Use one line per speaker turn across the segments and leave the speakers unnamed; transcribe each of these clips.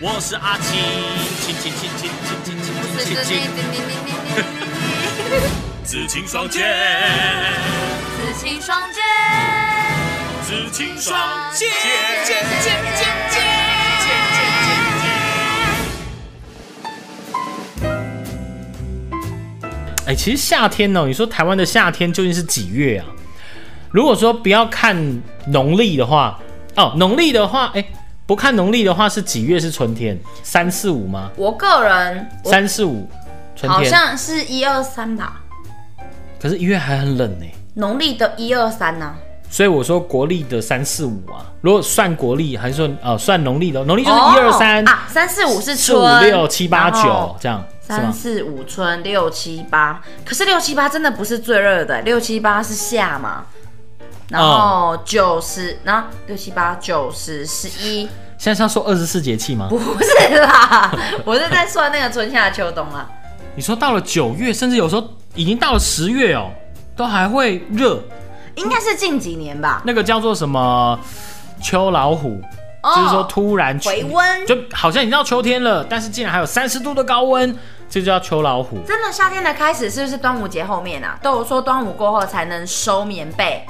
我是阿青，青青青青青青
不是
青
这
青
这
青，紫青双剑，
紫青双剑，
紫青
双剑
剑剑剑剑剑
哎、其实夏天哦，你说台湾的夏天究竟是几月啊？如果说不要看农历的话，哦，农历的话，哎、不看农历的话是几月是春天？三四五吗？
我个人我
三四五，春
好
天。
像是一二三吧，
可是一月还很冷呢、
农历的一二三呐。
所以我说国历的三四五啊，如果算国历还是说呃算农历的，农历就是
哦
一二三
啊，三四五是
四
春，
五六七八
然后
九这样是
三
吗？
四五春六七八，可是六七八真的不是最热的，六七八是夏嘛，然后九十，然后六七八九十十一，
现在是要说二十四节气吗？
不是啦，我是在算那个春夏秋冬啦。
你说到了九月，甚至有时候已经到了十月哦，都还会热。
应该是近几年吧，
那个叫做什么秋老虎，就是说突然
哦回温
就好像已经到秋天了，但是竟然还有三十度的高温，这就叫秋老虎。
真的夏天的开始是不是端午节后面啊？都有说端午过后才能收棉被，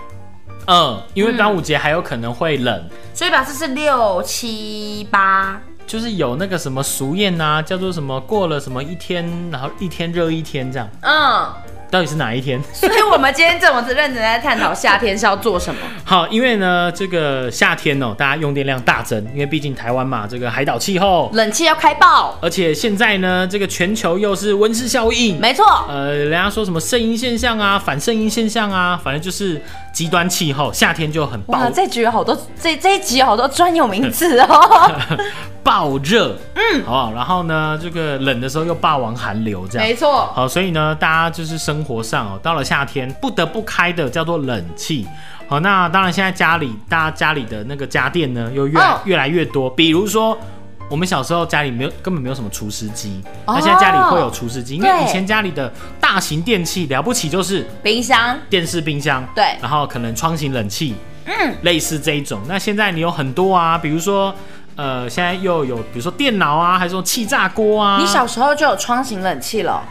嗯，因为端午节还有可能会冷，
所以表示是六七八。
就是有那个什么俗谚啊，叫做什么过了什么一天，然后一天热一天这样，
嗯，
到底是哪一天？
所以我们今天这么认真地在探讨夏天是要做什么。
好，因为呢，这个夏天哦，大家用电量大增，因为毕竟台湾嘛，这个海岛气候，
冷气要开爆，
而且现在呢，这个全球又是温室效应，
没错，
呃，人家说什么圣婴现象啊、反圣婴现象啊，反正就是极端气候，夏天就很
哇，
爆
这局有好多，这这一集有好多专有名词哦。
爆热，嗯，好不好？然后呢，这个冷的时候又霸王寒流这样，
没错，
好，所以呢，大家就是生活上哦，到了夏天不得不开的叫做冷气。好，那当然现在家里大家家里的那个家电呢，又越来、
哦
越来越多，比如说。我们小时候家里没有根本没有什么除湿机，
哦
那现在家里会有除湿机，因为
对
以前家里的大型电器了不起就是
冰箱
电视、冰箱，
对
然后可能窗型冷气，
嗯，
类似这一种。那现在你有很多啊，比如说，呃，现在又有比如说电脑啊，还是说气炸锅啊。
你小时候就有窗型冷气了，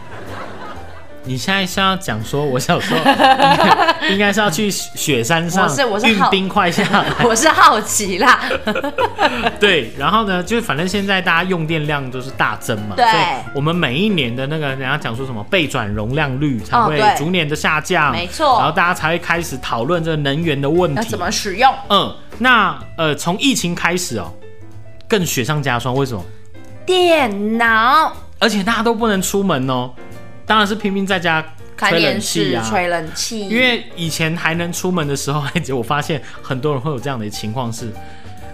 你现在是要讲说，我小 时候应该应该是要去雪山上
我是我是
运
好
冰块下来，
我是好奇啦。
对，然后呢，就是反正现在大家用电量就是大增嘛，
对
所以我们每一年的那个人家讲说什么备转容量率才
哦
会
对
逐年的下降，
没错
然后大家才会开始讨论这个能源的问
要
题
怎。么使用？
嗯，那呃，从疫情开始哦，更雪上加霜。为什么？
电脑、
而且大家都不能出门哦，当然是拼命在家
看
吹冷
电
气
视、
啊。
吹冷气，
因为以前还能出门的时候，结果我发现很多人会有这样的情况是，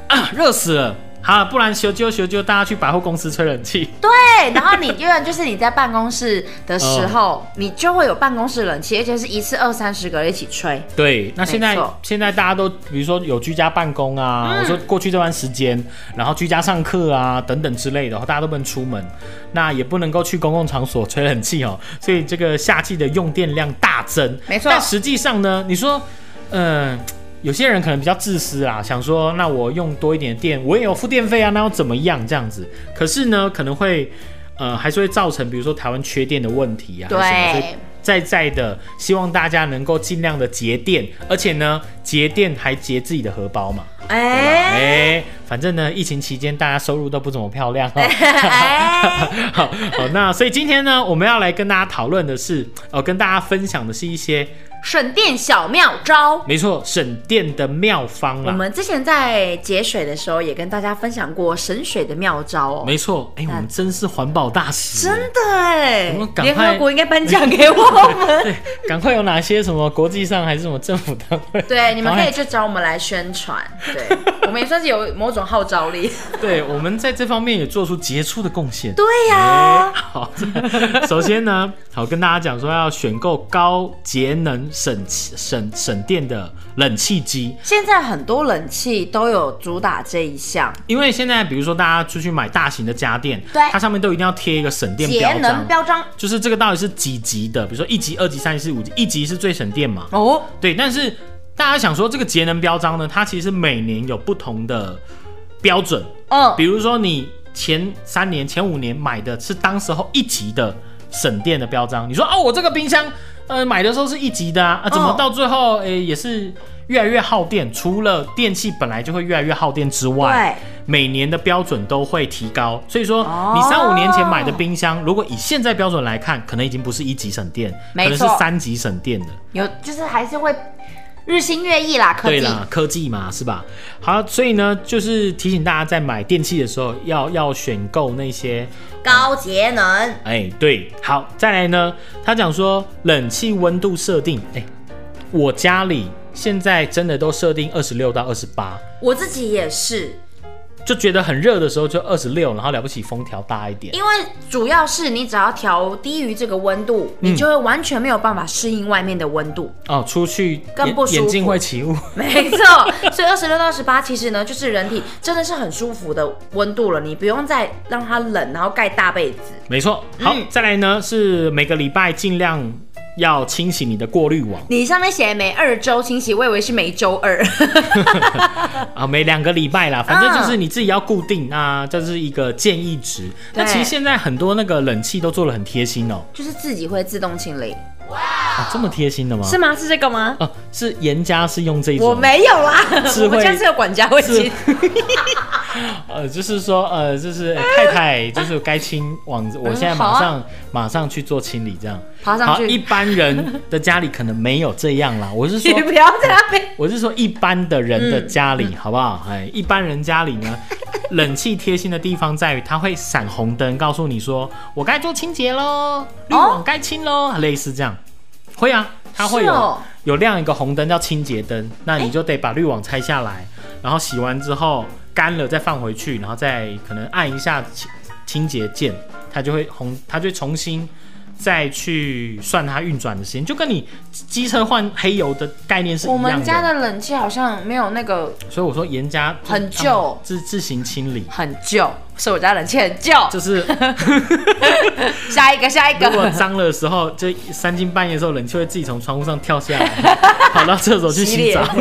啊，热死了，好、不然修就修就，大家去百货公司吹冷气。
对，然后你因为就是你在办公室的时候，
嗯
你就会有办公室冷气，而且是一次二三十个人一起吹。
对，那现在
没错嗯
现在大家都比如说有居家办公啊，我说过去这段时间，然后居家上课啊等等之类的，大家都不能出门，那也不能够去公共场所吹冷气哦，所以这个夏季的用电量大增。
没错
但实际上呢，你说，嗯、有些人可能比较自私啦，想说那我用多一点电，我也有付电费啊，那又怎么样这样子？可是呢，可能会。呃，还是会造成比如说台湾缺电的问题啊，还是什么所以
对
在在的，希望大家能够尽量的节电，而且呢，节电还节自己的荷包嘛。哎、
哎
反正呢，疫情期间大家收入都不怎么漂亮、哦。
哎，
好好，那所以今天呢，我们要来跟大家讨论的是，呃，跟大家分享的是一些
省电小妙 招。
没错省电的妙方
我
啦。
们之前在节水的时候，也跟大家分享过省水的妙招哦。
没错，哎、我们真是环保大使，
真的哎
我们，赶
联
快
合国应该颁奖给我 们。
对，赶快有哪些什么国际上还是什么政府单位？
对，你们
赶
可
快
以去找我们来宣传。对，我们也算是有某种号召力。
对我们在这方面也做出杰出的贡献。哎
对啊呀、
好， 首先呢，好跟大家讲说要选购高节能省气省省电的冷气机，
现在很多冷气都有主打这一项
因为现在比如说大家出去买大型的家电，
对
它上面都一定要贴一个省电
节
标
能
章，
标章
就是这个到底是几级的，比如说一级、二级、三级、四级五级，一级是最省电嘛，
哦。
对，但是大家想说这个节能标章呢，它其实每年有不同的标准，
嗯，
比如说你前三年、前五年买的是当时候一级的省电的标章。你说哦，我这个冰箱，呃，买的时候是一级的啊，啊怎么
哦
到最后，诶、也是越来越耗电？除了电器本来就会越来越耗电之外，每年的标准都会提高。所以说，
哦
你三五年前买的冰箱，如果以现在标准来看，可能已经不是一级省电，可
没
能是
错
三级省电的。
有就是还是会日新月异啦，科
对
技。
啦，科技嘛，是吧？好，所以呢，就是提醒大家在买电器的时候，要要选购那些，
高节能，
哎，对，好，再来呢，他讲说冷气温度设定，哎，我家里现在真的都设定二十六到二十八，
我自己也是，
就觉得很热的时候就二十六，然后了不起风调大一点，
因为主要是你只要调低于这个温度，
嗯
你就会完全没有办法适应外面的温 度。
哦，出去
更
眼
不舒服
眼睛会起 雾，
没错，所以二十六到十八其实呢，就是人体真的是很舒服的温度了，你不用再让它冷，然后盖大被子。
没错。好，
嗯
再来呢是每个礼拜尽量要清洗你的过滤网。
你上面写每二周清洗，我以为是每周二。
啊，每两个礼拜啦，反
嗯
正就是你自己要固定啊，这是一个建议值。那其实现在很多那个冷气都做了很贴心哦，
就是自己会自动清理，
啊，这么贴心的吗？
是吗？是这个吗？
哦、是严家是用这一种，
我没有啦，
智慧
我们家是有管家会
是
清。
呃，就是说呃，就是、呃太太 就是该清网，我现在马上、马上去做清理这样。
爬上
好，
去
一般人的家里可能没有这样啦，我是说
你不要在那边。
哎我是说一般的人的家
嗯
里，好不好？哎，一般人家里 呢，冷气贴心的地方在于它会闪红灯，告诉你说我该做清洁喽，滤网该清喽，类似这样。会啊，它会
哦是
有、
哦
有亮一个红灯叫清洁灯，那你就得把滤网拆下来，然后洗完之后干了再放回去，然后再可能按一下清清洁键，它就会红，它就会重新再去算它运转的时间，就跟你机车换黑油的概念是一
我
样的。
们家的冷气好像没有那个
所以我说严家就是
很
他们
旧
自自行清理，
很旧，是我家冷气很旧。
就是
下一个，下一
如果
个，
脏了的时候，就三更半夜的时候，冷气会自己从窗户上跳下来，跑到厕所去洗
洗脸
澡。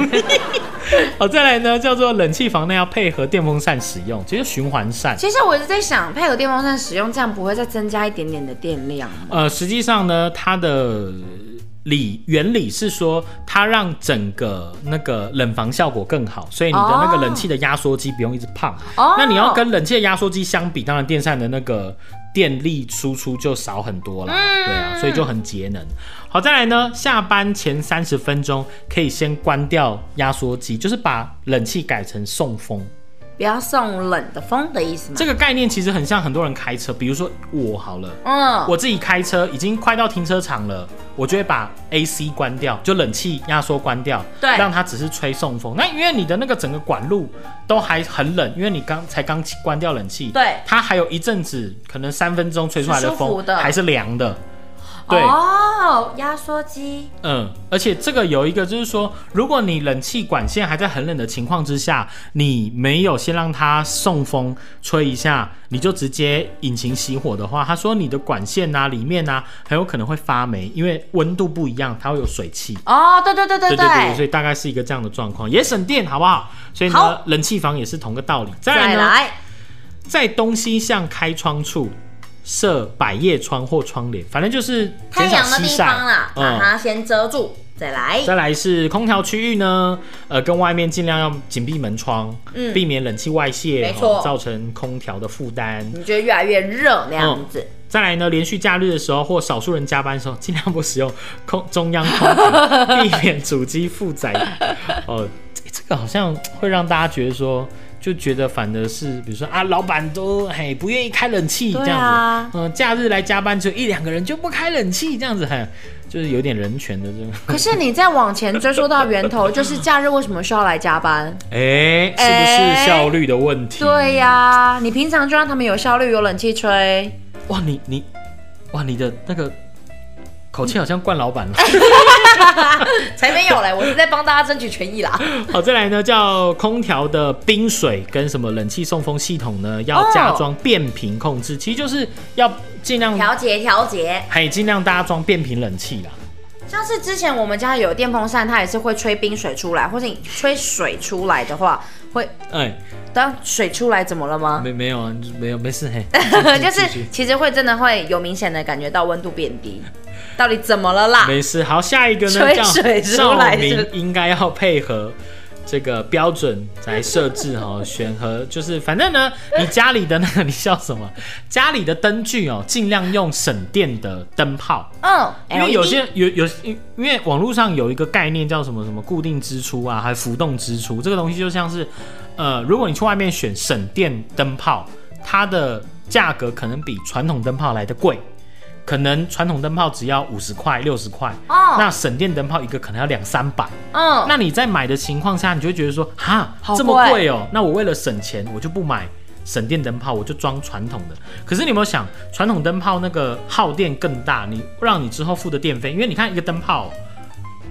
好，再来呢，叫做冷气房内要配合电风扇使用，其实循环扇。
其实我一直在想，配合电风扇使用，这样不会再增加一点点的电量吗？
呃，实际上呢，它的理原理是说，它让整个那个冷房效果更好，所以你的那个
哦
冷气的压缩机不用一直胖。啊
哦
那你要跟冷气的压缩机相比，当然电扇的那个电力输出就少很多啦。对啊，所以就很节能。好，再来呢，下班前三十分钟可以先关掉压缩机，就是把冷气改成送风。
不要送冷的风的意思吗？
这个概念其实很像很多人开车，比如说我好了。
嗯，
我自己开车已经快到停车场了，我就会把 AC 关掉，就冷气压缩关掉，
对
让它只是吹送风。那因为你的那个整个管路都还很冷，因为你刚才刚关掉冷气，
对
它还有一阵子，可能三分钟吹出来的
是舒服
风
的
还是凉的，对。
哦，压缩机
嗯，而且这个有一个就是说，如果你冷气管线还在很冷的情况之下，你没有先让它送风吹一下，你就直接引擎熄火的话，他说你的管线呐、里面呐、很有可能会发霉，因为温度不一样，它会有水汽。
哦，对对对对
对对，所以大概是一个这样的状况，也省电，好不好？所以呢
好，
冷气房也是同个道理。再来
再
呢，
来，
在东西向开窗处设百叶窗或窗帘，反正就是
太
减少
阳的
西
地
晒。
方啦，啊把
嗯
它先遮住，再来，
再来是空调区域呢，呃，跟外面尽量要紧闭门窗，
嗯
避免冷气外泄，
没错
哦造成空调的负担。
你觉得越来越热那样子，
再来呢，连续假日的时候或少数人加班的时候，尽量不使用空中央空 调，避免主机负载。哦、这这个好像会让大家觉得说。就觉得反而是，比如说啊，老板都嘿不愿意开冷气这
对
样子，
啊
嗯、假日来加班只有一两个人就不开冷气这样子，嘿，就是有点人权的这种。
可是你再往前追溯到源头，就是假日为什么需要来加班？
哎、是不是
哎
效率的问题？
对呀、你平常就让他们有效率，有冷气吹，
哇，你你，哇，你的那个口气好像冠老板 了。
才没有嘞！我是在帮大家争取权 益啦。
好，再来呢，叫空调的冰水跟什么冷气送风系统呢，要
哦
加装变频控制，其实就是要尽量，
调节调节，
还尽量大家装变频冷气啦。
像是之前我们家有电风扇，它也是会吹冰水出来，或者你吹水出来的话，会
哎，
当水出来怎么了吗？，
没没有啊，没有没事嘿
就
继
是
续
其实会真的会有明显的感觉到温度变低，到底怎么了啦？
没事。好，下一个呢
吹
叫
水出来
照
是不是
明应该要配合这个标准来设置哦， 选和就是反正呢，你家里的那个你笑什么？家里的灯具哦，尽量用省电的灯泡。
嗯，
因为有
LED
些有有，因因为网络上有一个概念叫什么什么固定支出啊，还有浮动支出，这个东西就像是，呃，如果你去外面选省电灯泡，它的价格可能比传统灯泡来的贵，可能传统灯泡只要五十块、六十块，
哦
那省电灯泡一个可能要两三百。
嗯，
那你在买的情况下，你就会觉得说，哈
好，
这么
贵
贵哦、那我为了省钱，我就不买省电灯泡，我就装传统的。可是你有没有想，传统灯泡那个耗电更大，你让你之后付的电费，因为你看一个灯泡，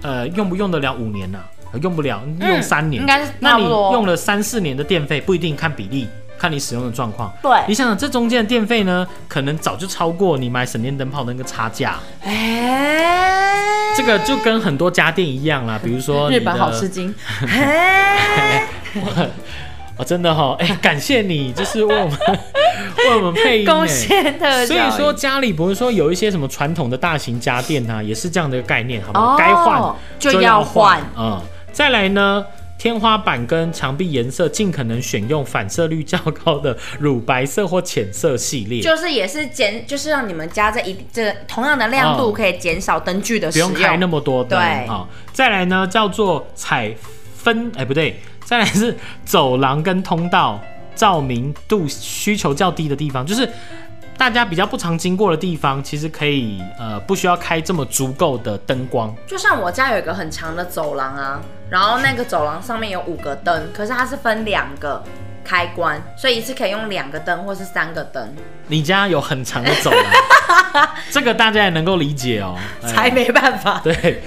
呃，用不用得了五年呐、用不了，用三年，
嗯应该是
那
差
你
不多
用了三四年的电费，不一定看比例，看你使用的状况。
对
你想想这中间的电费呢，可能早就超过你买省电灯泡的那个差价。
哎，
这个就跟很多家电一样啦，比如说
日
你
本
的
好吃 惊， 哎，
哦，真的哈、 哦，哎、感谢你，就是为我们为我们配音、哎
贡献特
所
效
以
益
说家里不是说有一些什么传统的大型家电啊，也是这样的概念，好吗
哦？
该换
就要
要
换
嗯。再来呢，天花板跟墙壁颜色尽可能选用反射率较高的乳白色或浅色系列，
就是也是减，就是让你们家这一这同样的亮度
哦
可以减少灯具的
不
使用，
用开那么多灯
对
好，再来呢，叫做采分，哎、不对，再来是走廊跟通道照明度需求较低的地方，就是大家比较不常经过的地方，其实可以呃不需要开这么足够的灯光。
就像我家有一个很长的走廊啊，然后那个走廊上面有五个灯，可是它是分两个开关，所以一次可以用两个灯或是三个灯，
你家有很长的走廊，这个大家也能够理解哦。哎
才没办法。
对。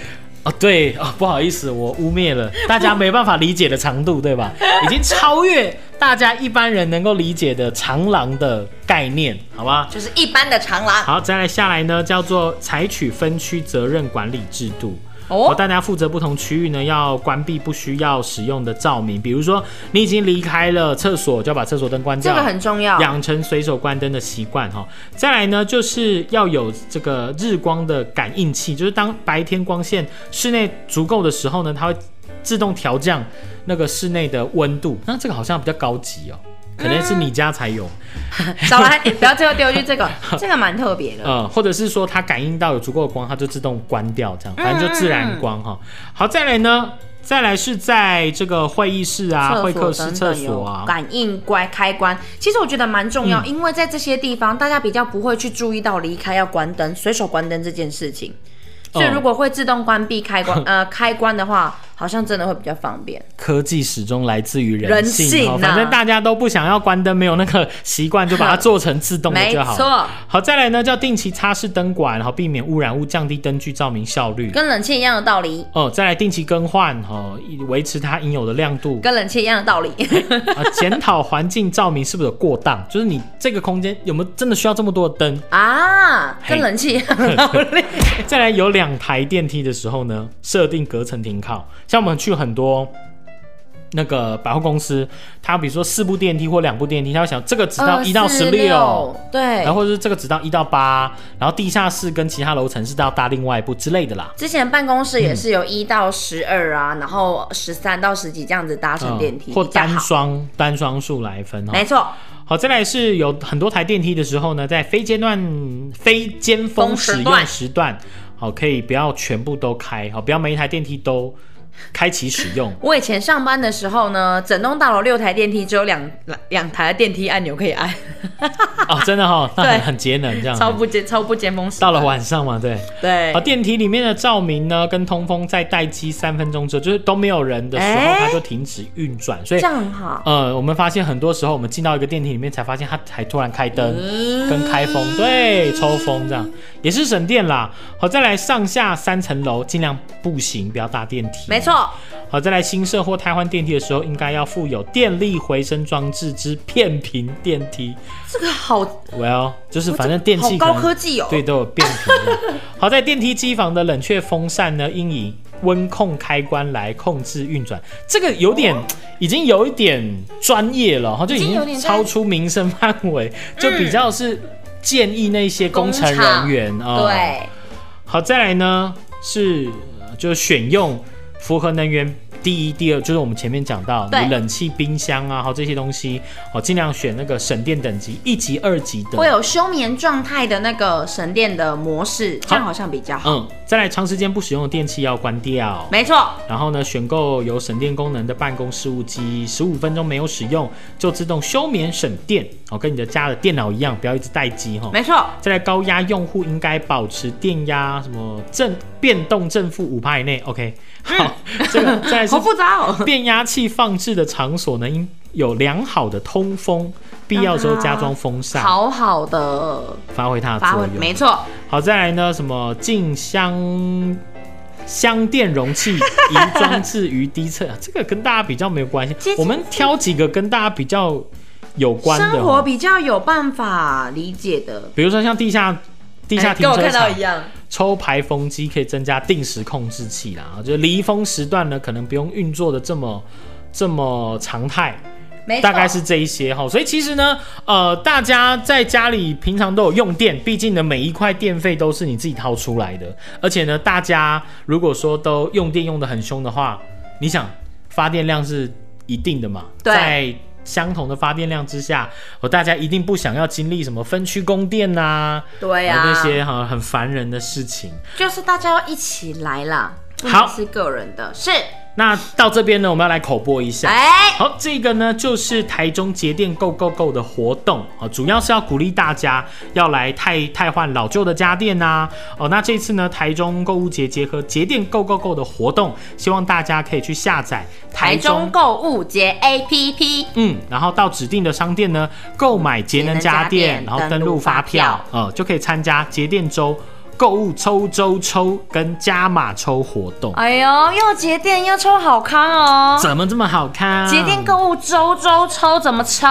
哦，对哦，不好意思，我污蔑了大家没办法理解的长度，对吧？已经超越大家一般人能够理解的长廊的概念，好吧？
就是一般的长廊
好，再来下来呢，叫做采取分区责任管理制度。哦，
哦，
大家负责不同区域呢，要关闭不需要使用的照明，比如说你已经离开了厕所，就要把厕所灯关
这
掉。
个很重要。
养成随手关灯的习惯哈。再来呢，就是要有这个日光的感应器，就是当白天光线室内足够的时候呢，它会自动调降那个室内的温度。那这个好像比较高级哦，可能是你家才
嗯
有。
少来，你不要最后丢去这个，这个蛮特 别的。
呃，或者是说它感应到有足够的光，它就自动关掉，这样，
嗯
反正就自然光哈、好，再来呢，再来是在这个会议室啊、
厕
会
所
客室、
等
厕
等有
所啊，嗯
感应关开关，其实我觉得蛮重要，因为在这些地方大家比较不会去注意到离开要关灯、随手关灯这件事情，所以
哦
如果会自动关闭开关， 呃，开关的话，好像真的会比较方便。
科技始终来自于人
人
性，
性
哦
啊
反正大家都不想要关灯，没有那个习惯，就把它做成自动的
没
就好了。
错，
好，再来呢，叫定期擦拭灯管，然后避免污染物，降低灯具照明效率。
跟冷气一样的道理，
哦，再来定期更换，哦，以维持它应有的亮度。
跟冷气一样的道理。
啊，检讨环境照明是不是有过当，就是你这个空间有没有真的需要这么多的灯？
啊，跟
嘿
冷气一样的道 理。
再来有两台电梯的时候呢，设定隔层停靠。像我们去很多那个百货公司，它比如说四部电梯或两部电梯，它会想这个只到一到十六
26。，对
然。后或者是这个只到一到八，然后地下室跟其他楼层是到搭另外一部之类的啦。
之前办公室也是由一到十二啊，然后十三到十几这样子搭乘电梯，
嗯或
比较好
单双单双数来分哦。
没错，
好，再来是有很多台电梯的时候呢，在非间断、非尖峰
峰时
使用
段。
时段，好，可以不要全部都开，好，不要每一台电梯都开启使用
我以前上班的时候呢，整栋大楼六台电梯，只有两两两台电梯按钮可以按，
哦，真的哈、哦，那
对
很很节能这样。
超不尖超不尖峰时
到
段
了晚上嘛，对。
对
好，，啊电梯里面的照明呢，跟通风在待机三分钟之后，就是都没有人的时候，
哎
它就停止运转，所以
这。样好。
呃，我们发现很多时候，我们进到一个电梯里面，才发现它还突然开灯，
嗯
跟开风，对，抽风这样也是省电啦。好，再来上下三层楼，尽量步行，不要搭电梯。
没。错，
好，再来新设或汰换电梯的时候，应该要附有电力回声装置之片频电梯。
这个好好，
Well，就是反正电器
好高
可能
科技哦。
对，都有变频的。好在电梯机房的冷却风扇呢，应以温控开关来控制运转，这个有点、已经有一点专业了哈，就已
哦已经有
经
点在嗯
超出民生范围，就比较是建议那些工程
工厂
人员啊、哦
对，
好，再来呢是呃就选用符合能源。第一、第二就是我们前面讲到，
对
你冷气、冰箱啊，还有这些东西，哦，尽量选那个省电等级一级、二级的。
会有休眠状态的那个省电的模式，这样好像比较好。
嗯，再来，长时间不使用的电器要关掉。
没错，
然后呢，选购有省电功能的办公事务机，十五分钟没有使用就自动休眠省电。哦，跟你的家的电脑一样，不要一直待机哈、哦。
没错，
再来，高压用户应该保持电压什么正变动正负五帕以内。OK，好，这 个再来是
嗯好复杂哦。
变压器放置的场所呢，应有良好的通风，必要时候加装风扇，
好好的
发挥它的
发
作
挥，
用。
没错，
好，再来呢，什么静香香电容器移装置于低侧，这个跟大家比较没有关系
其实。
我们挑几个跟大家比较有关的
生活
哦，
比较有办法理解的。
比如说像地下地下
哎
停
跟我
车
看到
场
一样，
抽排风机可以增加定时控制器啦，就离峰时段呢，可能不用运作的这么这么常态。
没错，
大概是这一些哈，所以其实呢，呃，大家在家里平常都有用电，毕竟呢，每一块电费都是你自己掏出来的，而且呢，大家如果说都用电用得很凶的话，你想发电量是一定的嘛，
对
在相同的发电量之下，哦，大家一定不想要经历什么分区供电呐、
对啊
然
呀、
后那些哈很烦人的事情。
就是大家要一起来啦，不
好
能是个人的，是
那到这边呢，我们要来口播一下。
哎，
好，这个呢就是台中节电 Go Go Go 的活动啊、哦主要是要鼓励大家要来汰汰换老旧的家电呐、哦，那这次呢，台中购物节结合节电 Go Go Go 的活动，希望大家可以去下载
台中购物节 APP，
嗯，然后到指定的商店呢购买节能家电，
节能家电
然后登录发票，呃，就可以参加节电周购物抽周抽跟加码抽活动。
哎呦，又节电又抽好康哦，
怎么这么好看？
节电购物周周抽怎么抽？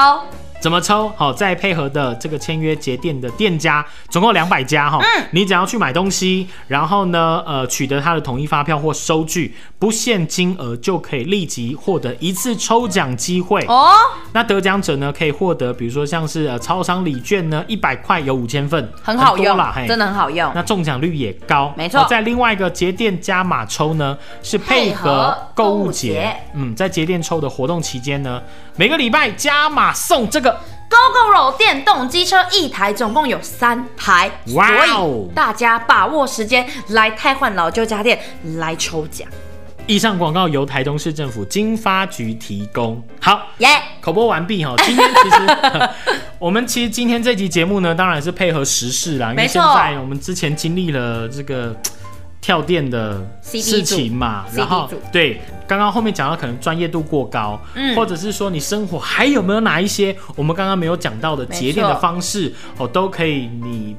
怎么抽？好、再配合的这个签约节电的店家，总共两百家哈、
嗯
你只要去买东西，然后呢，呃，取得他的统一发票或收据，不限金额就可以立即获得一次抽奖机会。
哦，
那得奖者呢，可以获得比如说像是呃超商礼券呢，一百块有五千份，
很好
多
用
啦，嘿，
真的很好用，
那中奖率也高，
没错
好在另外一个节电加码抽呢，是配合购物节，
配合购物节
嗯，在节电抽的活动期间呢，每个礼拜加码送这个，
GoGoRo 电动机车一台，总共有三台，
哇
所
哦
以大家把握时间来汰换老旧家电，来抽奖，
以上广告由台中市政府经发局提供。好，
耶、
口播完毕哈。今天其 实我们其实今天这集节目呢，当然是配合时事啦，因为
没
现
错
在我们之前经历了这个跳电的
CD
事情嘛，
组
然后
CD 组
对刚刚后面讲到可能专业度过高，
嗯
或者是说你生活还有没有哪一些我们刚刚没有讲到的节电的
没错
方式哦，都可以你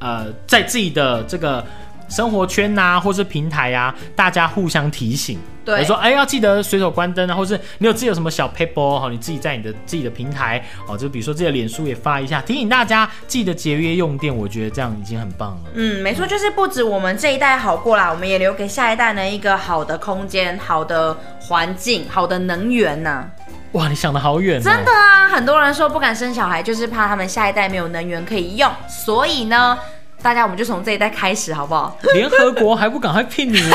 呃在自己的这个。生活圈呐、或是平台啊，大家互相提醒，
对
比如说哎、要记得随手关灯啊，或是你有自己有什么小 paper 哈，你自己在你的自己的平台哦，就比如说自己的脸书也发一下，提醒大家记得节约用电，我觉得这样已经很棒了。
嗯，没错，就是不止我们这一代好过啦，我们也留给下一代呢一个好的空间、好的环境、好的能源呐、
哇，你想的好远、哦，
真 的啊，很多人说不敢生小孩，就是怕他们下一代没有能源可以用，所以呢，大家我们就从这一代开始，好 不好？
联合国还不赶快聘你 为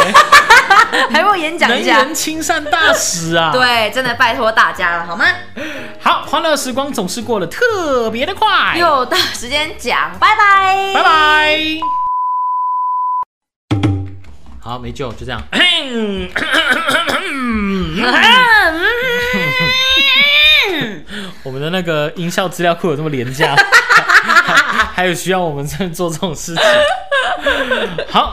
还为我演讲
能
一下
源，亲善大使啊！，
对，真的拜托大家了，好吗？
好，欢乐时光总是过得特别的快，
又到时间讲，拜拜，
拜。拜。好，没救，就这样。
嗯
我们的那个音效资料库有这么 廉价？还有需要我们这做这种事情？好。